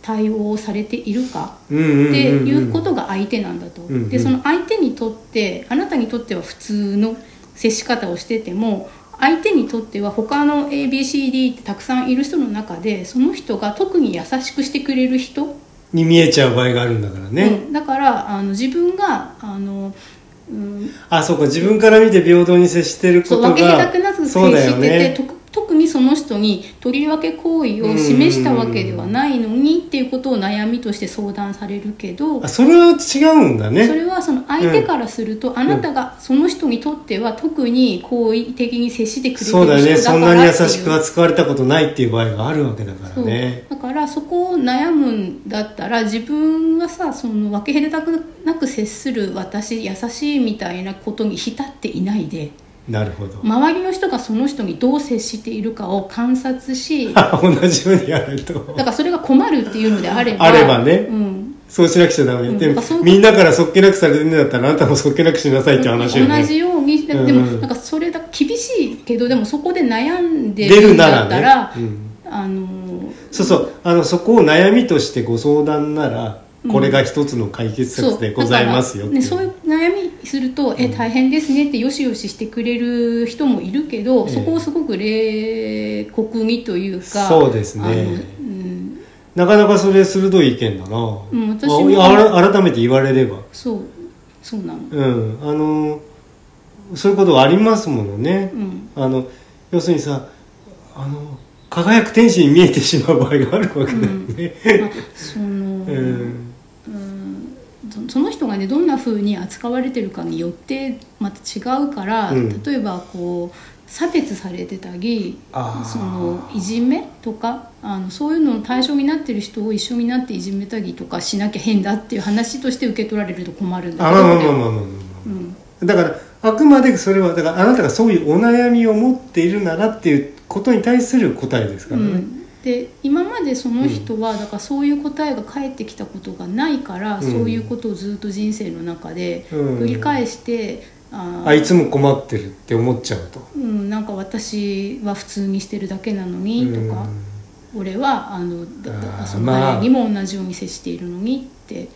Speaker 2: 対応をされているか
Speaker 1: うん
Speaker 2: っていうこと
Speaker 1: が
Speaker 2: が相手なんだと、
Speaker 1: んうん
Speaker 2: でその相手にとってあなたにとっては普通の接し方をしてても相手にとっては他の ABCD ってたくさんいる人の中でその人が特に優しくしてくれる人、
Speaker 1: に見えちゃう場合があるんだからね、
Speaker 2: うんだからあの自分があの、うん、
Speaker 1: あそうか自分から見て平等に接してるこ
Speaker 2: そう
Speaker 1: とが
Speaker 2: 分け隔てなく接
Speaker 1: そうだ
Speaker 2: し
Speaker 1: よ
Speaker 2: てて、
Speaker 1: ね
Speaker 2: と特にその人にとりわけ行為を示したわけではないのにっていうことを悩みとして相談されるけど
Speaker 1: あそれは違うんだ
Speaker 2: そ
Speaker 1: ね
Speaker 2: れはその相手からすると、あなたがその人にとっては特に好意的に接してくれてる
Speaker 1: そう
Speaker 2: 人だ
Speaker 1: だ
Speaker 2: から
Speaker 1: よ
Speaker 2: ってい
Speaker 1: ね
Speaker 2: う
Speaker 1: そんなに優しく扱われたことないっていう場合があるわけだから
Speaker 2: そう
Speaker 1: ね
Speaker 2: だからそこを悩むんだったら自分はさその分け隔てなく接する私優しいみたいなことに浸っていないで
Speaker 1: なるほど、
Speaker 2: 周りの人がその人にどう接しているかを観察しだ
Speaker 1: あ同じようにやると
Speaker 2: からそれが困るっていうのであれば
Speaker 1: あればね
Speaker 2: うん、
Speaker 1: そうしなくちゃダメ、
Speaker 2: うん
Speaker 1: で
Speaker 2: なん
Speaker 1: も
Speaker 2: かそういうこと
Speaker 1: みんなからそっけなくされてんだったらあなたもそっけなくしなさいって話よね
Speaker 2: 同じようにで
Speaker 1: うん
Speaker 2: もなんかそれだ厳しいけどでもそこで悩んで
Speaker 1: 出るな
Speaker 2: だ
Speaker 1: ら
Speaker 2: った
Speaker 1: ね
Speaker 2: ら、
Speaker 1: うん
Speaker 2: あの
Speaker 1: そうそうあのそこを悩みとしてご相談なら、これが一つの解決策でございますよ
Speaker 2: だ
Speaker 1: っ
Speaker 2: から
Speaker 1: てい
Speaker 2: ね、
Speaker 1: う
Speaker 2: そういう悩みすると「え大変ですね」ってよしよししてくれる人もいるけど、
Speaker 1: ええ
Speaker 2: そこをすごく冷酷にというか
Speaker 1: そうですね
Speaker 2: あのうん、
Speaker 1: なかなかそれ鋭い意見だな、
Speaker 2: ん私も
Speaker 1: ああ改めて言われれば
Speaker 2: そうそう なの、
Speaker 1: うんあのそういうことありますものね
Speaker 2: う、ん
Speaker 1: あの要するにさあの輝く天使に見えてしまう場合があるわけだよね、
Speaker 2: まあ、その、
Speaker 1: うん
Speaker 2: うんそその人がねどんな風に扱われてるかによってまた違うから、
Speaker 1: うん
Speaker 2: 例えばこう差別されてたり
Speaker 1: あー
Speaker 2: そのいじめとかあのそういうのの対象になってる人を一緒になっていじめたりとかしなきゃ変だっていう話として受け取られると困るんだ
Speaker 1: あ
Speaker 2: け
Speaker 1: まあまあま
Speaker 2: ど
Speaker 1: あまあまあまあま
Speaker 2: うん
Speaker 1: あだからあくまでそれはだからあなたがそういうお悩みを持っているならっていうことに対する答えですか
Speaker 2: う
Speaker 1: らね、
Speaker 2: ん、で今までその人は、だからそういう答えが返ってきたことがないから、
Speaker 1: ん
Speaker 2: そういうことをずっと人生の中で
Speaker 1: うん
Speaker 2: 繰り返して、あー
Speaker 1: あいつも困ってるって思っちゃうと。
Speaker 2: うん、なんか私は普通にしてるだけなのにとか、俺はあのだ
Speaker 1: あー
Speaker 2: だその
Speaker 1: まあ
Speaker 2: 誰にも同じように接しているのにって、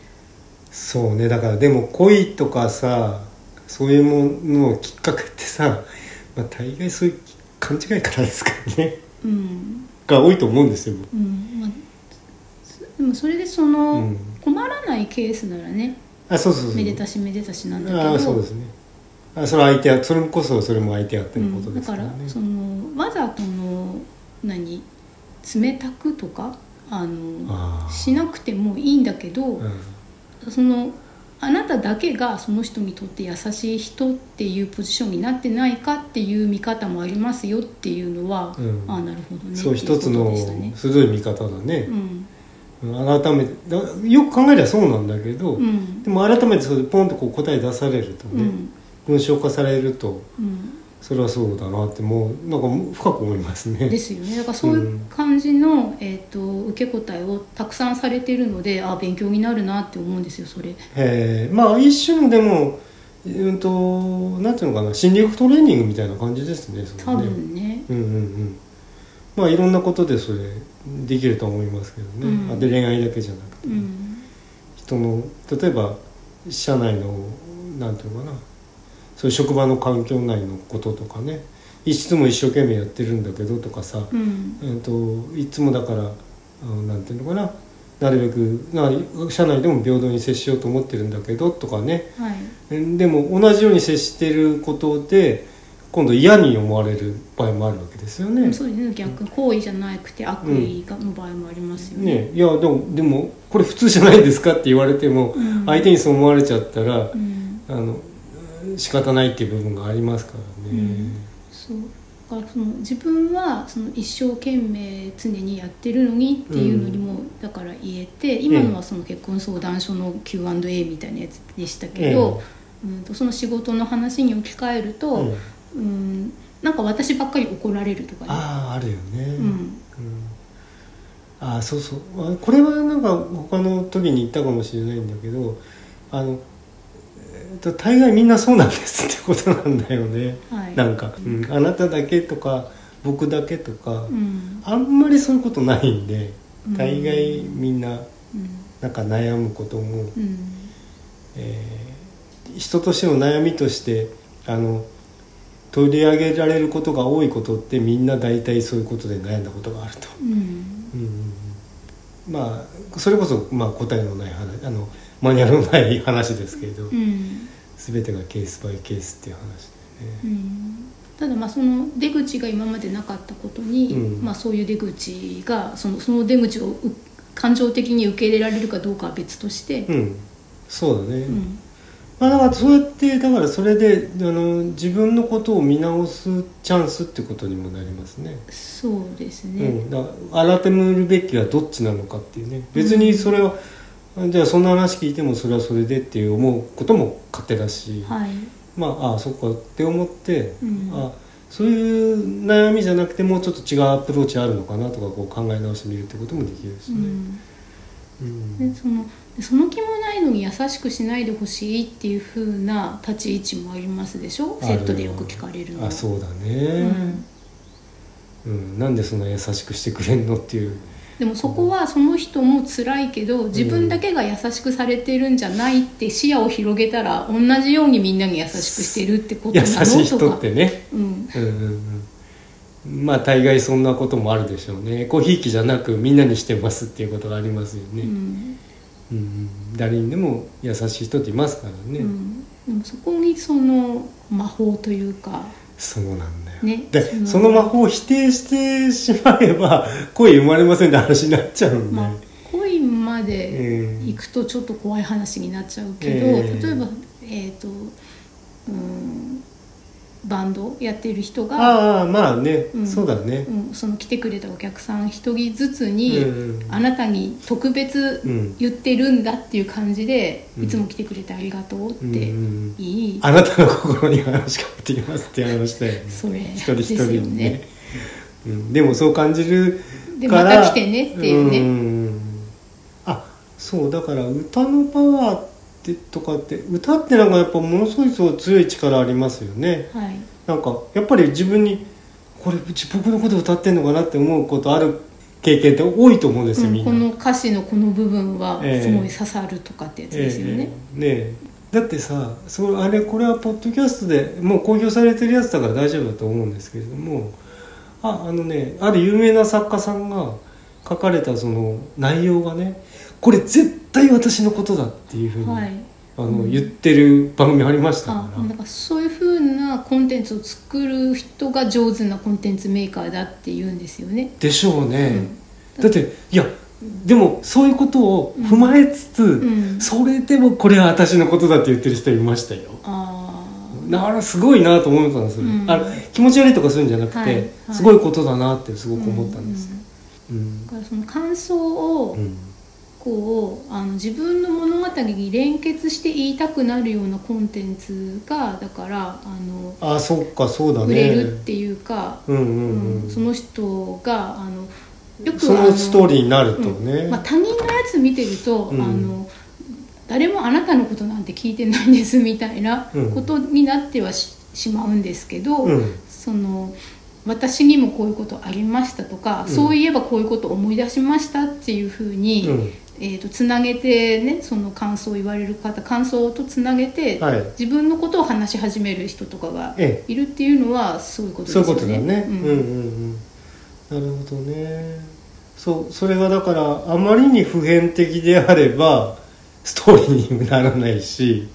Speaker 1: そうねだからでも恋とかさそういうもののきっかけってさ、まあ、大概そういう勘違いからですからね
Speaker 2: うん
Speaker 1: が多いと思うんですよ僕
Speaker 2: うんまあ、そでもそれでその、
Speaker 1: うん
Speaker 2: 困らないケースならね
Speaker 1: あそうそうそう
Speaker 2: めでたしめでたしなんだけど
Speaker 1: あそうですねあそれは相手はそれこそそれも相手あって
Speaker 2: う
Speaker 1: のこ
Speaker 2: ん
Speaker 1: と
Speaker 2: だ
Speaker 1: です
Speaker 2: か
Speaker 1: から
Speaker 2: ら
Speaker 1: ね、
Speaker 2: そのわざとの何冷たくとかあの
Speaker 1: あー
Speaker 2: しなくてもいいんだけど、
Speaker 1: うん
Speaker 2: そのあなただけがその人にとって優しい人っていうポジションになってないかっていう見方もありますよっていうのは、
Speaker 1: うん
Speaker 2: ああなるほどね
Speaker 1: そう
Speaker 2: っていこ
Speaker 1: 一つ
Speaker 2: と
Speaker 1: の
Speaker 2: でしたね
Speaker 1: 鋭い見方だね
Speaker 2: う、ん
Speaker 1: うん改めてだよく考えりゃそうなんだけど、
Speaker 2: うん
Speaker 1: でも改めてそうポンとこう答え出されると
Speaker 2: う
Speaker 1: ね、
Speaker 2: ん
Speaker 1: 文章化されると
Speaker 2: うん
Speaker 1: それはそうだなってもうなんかもう深く思いますね。
Speaker 2: ですよねだからそういう感じの、えー、と受け答えをたくさんされてるのであ勉強になるなって思うんですよそれ。
Speaker 1: えーまあ一種のでも、うんとなんていうのかな心理学トレーニングみたいな感じですね。それ
Speaker 2: 多
Speaker 1: ね
Speaker 2: 分ね、
Speaker 1: うんうんうん。まあいろんなことでそれできると思いますけどね、
Speaker 2: うん
Speaker 1: あで恋愛だけじゃなくて、
Speaker 2: うん
Speaker 1: 人の例えば社内のなんていうのかなそういう職場の環境内のこととかねいつも一生懸命やってるんだけどとかさ、
Speaker 2: うん
Speaker 1: えー、といつもだからあのなんていうのかななるべくな社内でも平等に接しようと思ってるんだけどとかね
Speaker 2: は
Speaker 1: う
Speaker 2: い
Speaker 1: んでも同じように接してることで今度嫌に思われる場合もあるわけですよね。
Speaker 2: そうですね逆行為じゃなくて悪意がの場合もありますよね,、
Speaker 1: ね、いやでもでもこれ普通じゃないですかって言われても、
Speaker 2: うん
Speaker 1: 相手にそう思われちゃったら
Speaker 2: う、ん
Speaker 1: あの仕方ないっていう部分がありますからね。
Speaker 2: うんそうだからその自分はその一生懸命常にやってるのにっていうのにも、だから言えて今のはその結婚相談所の Q&A みたいなやつでしたけど、うん、とその仕事の話に置き換えると、
Speaker 1: うん
Speaker 2: うんなんか私ばっかり怒られるとかね。
Speaker 1: あああるよね。
Speaker 2: う
Speaker 1: うん
Speaker 2: ん
Speaker 1: ああそうそうあこれはなんか他の時に言ったかもしれないんだけどあの、えーと大概みんなそうなんですってことなんだよね。
Speaker 2: はい、
Speaker 1: なんか、うん、あなただけとか僕だけとか、
Speaker 2: うん
Speaker 1: あんまりそういうことないんで
Speaker 2: うん
Speaker 1: 大概みんな
Speaker 2: うん
Speaker 1: なんか悩むことも、
Speaker 2: うん
Speaker 1: えー人としての悩みとしてあの取り上げられることが多いことってみんな大体そういうことで悩んだことがあると。
Speaker 2: うん
Speaker 1: うんうんうんまあそれこそ、まあ、答えのない話あのマニュアルのない話ですけれど、
Speaker 2: うん
Speaker 1: 全てがケースバイケースっていう話でね。
Speaker 2: うんただまあその出口が今までなかったことに、
Speaker 1: うん
Speaker 2: まあ、そういう出口がそのその出口をう感情的に受け入れられるかどうかは別として、
Speaker 1: うん、そうだね、
Speaker 2: うん
Speaker 1: まあ、だからそうやってだからそれであの自分のことを見直すチャンスってことにもなりますね。
Speaker 2: そうです
Speaker 1: う
Speaker 2: ね、
Speaker 1: ん、だから改めるべきはどっちなのかっていうね別にそれは、じゃあそんな話聞いてもそれはそれでっていう思うことも勝手だし、
Speaker 2: はい、
Speaker 1: まあああそっかって思って、
Speaker 2: うん
Speaker 1: あそういう悩みじゃなくてもうちょっと違うアプローチあるのかなとかこう考え直してみるってこともできるし
Speaker 2: う
Speaker 1: ね。
Speaker 2: ん、
Speaker 1: うん
Speaker 2: でそのその気もないのに優しくしないでほしいっていう風な立ち位置もありますでしょセットでよく聞かれるの
Speaker 1: あそうだ
Speaker 2: う
Speaker 1: ね、
Speaker 2: ん
Speaker 1: うんなんでそんな優しくしてくれんのっていう
Speaker 2: でもそこはその人も辛いけど自分だけが優しくされてるんじゃないって視野を広げたら同じようにみんなに優しくしてるってこと
Speaker 1: 優
Speaker 2: なのとか
Speaker 1: しい人ってね、
Speaker 2: うん
Speaker 1: うんうんうん、まあ大概そんなこともあるでしょうねコーヒー機じゃなくみんなにしてますっていうことがありますよ
Speaker 2: う
Speaker 1: ね、
Speaker 2: ん
Speaker 1: うんうん誰にでも優しい人っていますからね、
Speaker 2: うんでもそこにその魔法というか
Speaker 1: そうなんだよ、
Speaker 2: ね
Speaker 1: で
Speaker 2: そ
Speaker 1: そ
Speaker 2: の
Speaker 1: の魔法を否定してしまえば 恋生まれませんって話になっちゃうんで、
Speaker 2: まあ恋まで
Speaker 1: うん
Speaker 2: 行くとちょっと怖い話になっちゃうけど、
Speaker 1: ええ
Speaker 2: 例えばえっ、とうんバンドやってる人が
Speaker 1: ああまあね、
Speaker 2: うん
Speaker 1: そうだね、
Speaker 2: うん、その来てくれたお客さん一人ずつに、
Speaker 1: うん
Speaker 2: あなたに特別
Speaker 1: うん
Speaker 2: 言ってるんだっていう感じで、
Speaker 1: うん
Speaker 2: いつも来てくれてありがとうって
Speaker 1: うん
Speaker 2: 言
Speaker 1: うん
Speaker 2: い、
Speaker 1: あなたの心に話しかけていますっていう話だよね
Speaker 2: それ
Speaker 1: 一人一人
Speaker 2: ですよ
Speaker 1: に
Speaker 2: ね
Speaker 1: ね。うん、でもそう感じる
Speaker 2: で
Speaker 1: から
Speaker 2: また来てねっていうね
Speaker 1: んあそうだから歌のパワーってとかって歌ってなんかやっぱものすごいそう強い力ありますよね
Speaker 2: はい
Speaker 1: なんかやっぱり自分にこれうち僕のこと歌ってんのかなって思うことある経験って多いと思うんですよ、
Speaker 2: うん
Speaker 1: みんな。
Speaker 2: この歌詞のこの部分は
Speaker 1: ええ
Speaker 2: すごい刺さるとかってやつですよね、
Speaker 1: ええねえだってさそうあれこれはポッドキャストでもう公表されてるやつだから大丈夫だと思うんですけれどもああのねある有名な作家さんが書かれたその内容がねこれ絶対私のことだっていうふうに、
Speaker 2: はい
Speaker 1: あの言ってる番組ありました
Speaker 2: あ
Speaker 1: か
Speaker 2: だからそういうふうなコンテンツを作る人が上手なコンテンツメーカーだって言うんですよね
Speaker 1: らでしょうね、
Speaker 2: うん
Speaker 1: だっていやでもそういうことを踏まえつつ、
Speaker 2: ん
Speaker 1: それでもこれは私のことだって言ってる人いましたよ
Speaker 2: ああ
Speaker 1: だからすごいなと思ったんですよ、
Speaker 2: うん
Speaker 1: あの気持ち悪いとかするんじゃなくて、
Speaker 2: はいはい
Speaker 1: すごいことだなってすごく思ったんですよ、うん
Speaker 2: だからその感想を、
Speaker 1: うん
Speaker 2: こうあの自分の物語に連結して言いたくなるようなコンテンツがだからあの
Speaker 1: あそっかそうだ
Speaker 2: 売
Speaker 1: ね
Speaker 2: れるっていうか、
Speaker 1: うんうんうん、
Speaker 2: うん
Speaker 1: そ
Speaker 2: その人があのよくあ
Speaker 1: のストーリーになるとね、
Speaker 2: うんまあ、他人のやつ見てると、
Speaker 1: うん
Speaker 2: あの誰もあなたのことなんて聞いてないんですみたいな
Speaker 1: うん
Speaker 2: ことになってはし,、まうんですけど、
Speaker 1: うん
Speaker 2: その私にもこういうことありましたとか、
Speaker 1: うん
Speaker 2: そういえばこういうこと思い出しましたっていうふうに、
Speaker 1: うん
Speaker 2: えー、とつなげてねその感想を言われる方感想とつなげて、
Speaker 1: はい
Speaker 2: 自分のことを話し始める人とかが
Speaker 1: え
Speaker 2: いるっていうのはすごいことです
Speaker 1: そう
Speaker 2: よ
Speaker 1: いう
Speaker 2: ね。
Speaker 1: ことだね、
Speaker 2: う
Speaker 1: うんん、うんうんなるほどねそうそれはだからあまりに普遍的であればストーリーにもならないし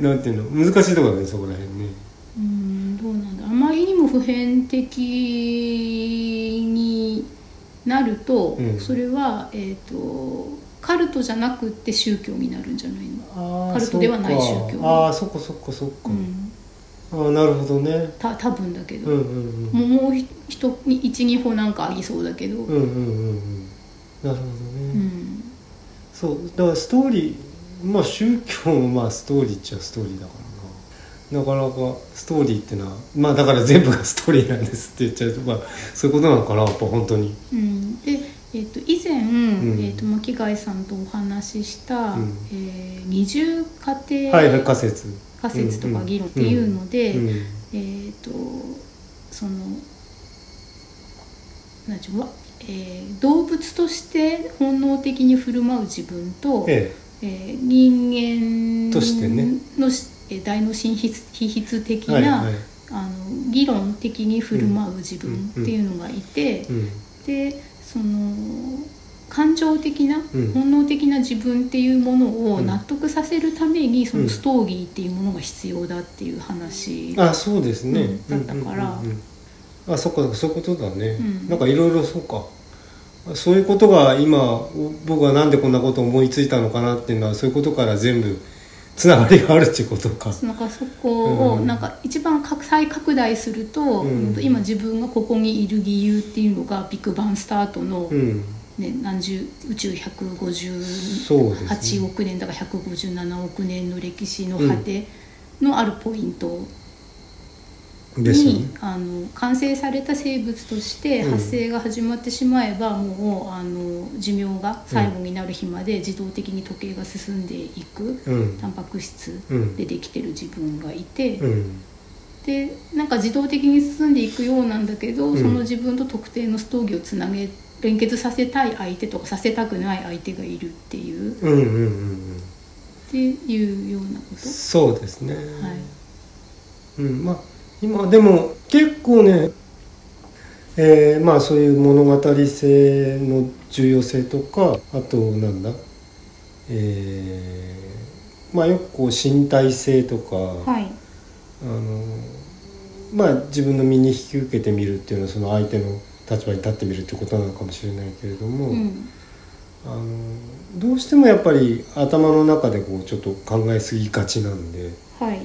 Speaker 1: なんていうの難しいところだねそこら辺ね
Speaker 2: うんどうなんだあまりにも普遍的になると、
Speaker 1: うん
Speaker 2: それは、えー、とカルトじゃなくって宗教になるんじゃないの、
Speaker 1: あ
Speaker 2: カルトではない宗教
Speaker 1: ああーそっかそっかそっか、
Speaker 2: うん、
Speaker 1: ああなるほどね
Speaker 2: た多分だけ
Speaker 1: うん
Speaker 2: ど、
Speaker 1: うんうん
Speaker 2: もうもうひ一に12歩なんかありそうだけど、
Speaker 1: うんうんうんうんなるほどね、
Speaker 2: うん
Speaker 1: そうだからストーリーまあ宗教もまあストーリーっちゃストーリーだからななかなかストーリーってのはまあだから全部がストーリーなんですって言っちゃうとまあそういうことなのかなやっぱ本当に
Speaker 2: うんで、えっと以前、
Speaker 1: ん
Speaker 2: えっと巻貝さんとお話しした、
Speaker 1: うん
Speaker 2: えー二重仮定
Speaker 1: はいはい仮説
Speaker 2: 仮説とか議論っていうので、
Speaker 1: うんうん
Speaker 2: えっとそのなんていうのわえー動物として本能的に振る舞う自分と、
Speaker 1: え
Speaker 2: えー人間
Speaker 1: としてね
Speaker 2: のしえー大脳神秘皮質的
Speaker 1: え
Speaker 2: な、
Speaker 1: はいはい
Speaker 2: あの議論的に振る舞う自分っていうのがいて、
Speaker 1: うん
Speaker 2: でその感情的な、
Speaker 1: うん
Speaker 2: 本能的な自分っていうものを
Speaker 1: うん
Speaker 2: 納得させるために、そうの
Speaker 1: ん
Speaker 2: ストーリーっていうものが必要だっていう話、
Speaker 1: あそうですね、
Speaker 2: うんだったから
Speaker 1: うんうんうんうんあそっかそういうことだね、
Speaker 2: うん
Speaker 1: なんかいろいろそうかそういうことが今僕はなんでこんなこと思いついたのかなっていうのはそういうことから全部つながりがあるっていうことか
Speaker 2: なんかそこを
Speaker 1: うん
Speaker 2: なんか一番拡再拡大すると、
Speaker 1: うん
Speaker 2: 今自分がここにいる理由っていうのがビッグバンスタートの、
Speaker 1: うん
Speaker 2: ね、何十宇宙
Speaker 1: そうです
Speaker 2: 158
Speaker 1: ね
Speaker 2: 億年だから157億年の歴史の果てのあるポイント、
Speaker 1: ですよ
Speaker 2: に
Speaker 1: ね
Speaker 2: あの完成された生物として
Speaker 1: うん
Speaker 2: 発生が始まってしまえば、もうあの寿命が最後になる日まで自動的に時計が進んでいく、
Speaker 1: うん
Speaker 2: タンパク質
Speaker 1: うん
Speaker 2: でできてる自分がいて、
Speaker 1: うん
Speaker 2: でなんか自動的に進んでいくようなんだけど、
Speaker 1: うん
Speaker 2: その自分と特定のストーリーをつなげ連結させたい相手とかさせたくない相手がいるっていうっ
Speaker 1: うんうんうんうん
Speaker 2: ていうようなこと。
Speaker 1: そうですね、
Speaker 2: はい
Speaker 1: うん、まあ今でも結構ね、えーまあそういう物語性の重要性とかあとなんだえーまあよくこう身体性とか、
Speaker 2: はい
Speaker 1: あのまあ自分の身に引き受けてみるっていうのはその相手の立場に立ってみるってことなのかもしれないけれども、
Speaker 2: うん
Speaker 1: あのどうしてもやっぱり頭の中でこうちょっと考えすぎがちなんで。
Speaker 2: はい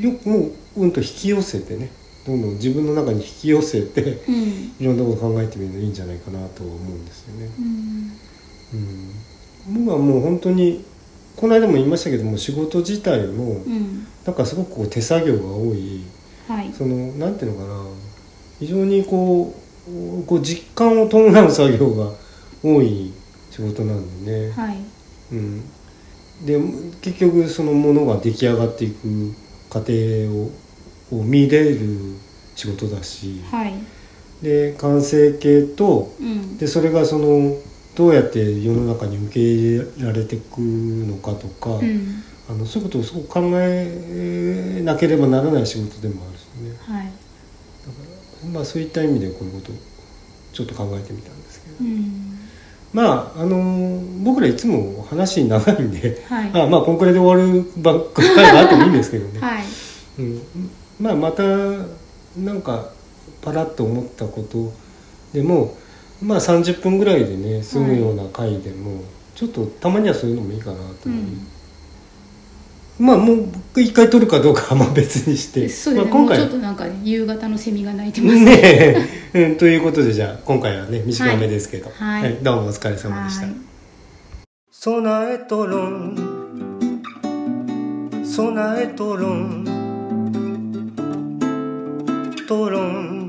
Speaker 1: よくもううんと引き寄せてねどんどん自分の中に引き寄せて
Speaker 2: うん
Speaker 1: いろんなこと考えてみるのいいんじゃないかなと思うんですよね。
Speaker 2: うん
Speaker 1: うん、僕はもう本当にこの間も言いましたけども仕事自体も
Speaker 2: うん
Speaker 1: なんかすごくこう手作業が多い
Speaker 2: はい
Speaker 1: そのなんていうのかな非常にこうこう実感を伴う作業が多い仕事なんでね。
Speaker 2: はい
Speaker 1: うん、で結局そのものが出来上がっていく過程をを見れる仕事だし、
Speaker 2: はい
Speaker 1: で完成形と
Speaker 2: うん
Speaker 1: でそれがそのどうやって世の中に受け入れられていくのかとか、
Speaker 2: うん
Speaker 1: あのそういうことをすごく考えなければならない仕事でもあるしね、
Speaker 2: はい
Speaker 1: まあ、そういった意味でこういうことをちょっと考えてみたんですけど、
Speaker 2: うん
Speaker 1: まああの僕らいつも話長いんで。
Speaker 2: はい
Speaker 1: あまあこんくらいで終わるばっかりがあってもいいんですけどね、
Speaker 2: はい
Speaker 1: うん、まあまたなんかパラッと思ったことでもまあ30分ぐらいでね済むような回でも、ちょっとたまにはそういうのもいいかなと
Speaker 2: う
Speaker 1: 思う、
Speaker 2: ん
Speaker 1: まあもう一回撮るかどうかは まあ別にして、
Speaker 2: そうで
Speaker 1: ま
Speaker 2: す
Speaker 1: あ、
Speaker 2: ね
Speaker 1: 今
Speaker 2: もう
Speaker 1: 回
Speaker 2: ちょっとなんか夕方のセミが鳴いてま す
Speaker 1: ねえ、うん、ということでじゃあ今回はね短めですけど、
Speaker 2: はいはい
Speaker 1: どうもお疲れ様でした。
Speaker 2: はい
Speaker 1: 備えとろん備えとろんとろん